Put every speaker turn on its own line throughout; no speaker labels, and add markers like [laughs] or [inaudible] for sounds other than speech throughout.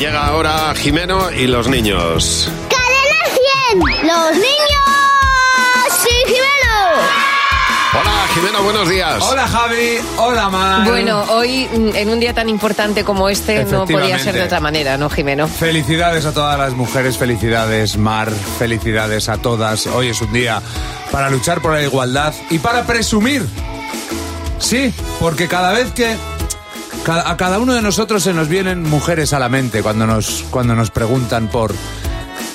Llega ahora Jimeno y los niños.
¡Cadena 100! ¡Los niños! ¡Sí,
Hola Jimeno, buenos días.
Hola Javi, hola Mar.
Bueno, hoy mm, en un día tan importante como este no podía ser
Efectivamente.
de otra manera, ¿no, Jimeno?
Felicidades a todas las mujeres, felicidades Mar, felicidades a todas. Hoy es un día para luchar por la igualdad y para presumir. Sí, porque cada vez que ca- a cada uno de nosotros se nos vienen mujeres a la mente cuando nos cuando nos preguntan por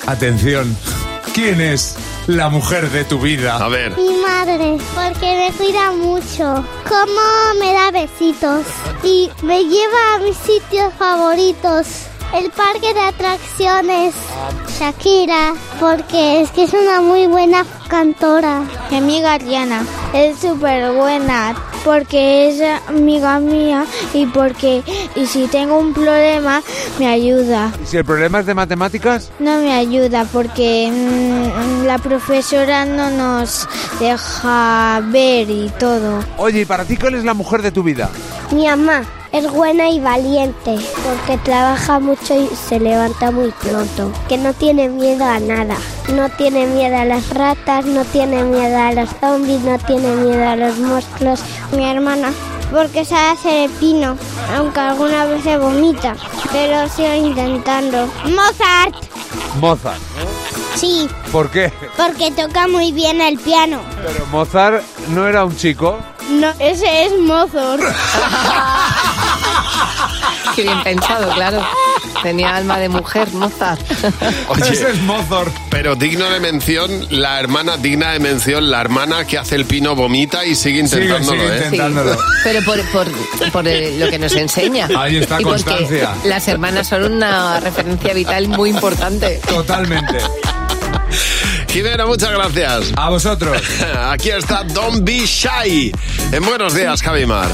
atención, ¿quién es la mujer de tu
A
vida?
ver,
Mi madre, porque me cuida mucho. Como me da besitos. Y me lleva a mis sitios favoritos. El parque de atracciones. Shakira, porque es que es una muy buena cantora. Mi amiga Rihanna es súper buena porque es amiga mía y porque y si tengo un problema me ayuda.
Si el problema es de matemáticas,
No me ayuda porque mm, la profesora no nos deja ver y todo.
oye, ¿y para ti cuál es la mujer de tu vida?
Mi mamá es buena y valiente porque trabaja mucho y se levanta muy pronto. Que no tiene miedo a nada. No tiene miedo a las ratas, no tiene miedo a los zombies, no tiene miedo a los monstruos. Mi hermana. Porque sabe hacer el pino, aunque alguna vez se vomita, pero sigo intentando. ¡Mozart!
Mozart.
Sí,
¿Por qué?
Porque toca muy bien el piano.
Pero Mozart no era un chico.
No, ese es Mozart.
Qué bien pensado, claro. Tenía alma de mujer, [laughs] Mozart.
Oye.
Ese es Mozart.
pero digno de mención, la hermana digna de mención, la hermana que hace el pino vomita y sigue
Sigue,
intentándolo,
sigue
¿eh?
intentándolo.
Pero por, por- por, eh, lo que nos enseña.
Ahí está
y porque
constancia.
Las hermanas son una referencia vital muy importante.
Totalmente.
Jimeno, muchas gracias. [laughs]
A vosotros.
Aquí está Don Be Shy. En buenos días, Javimar.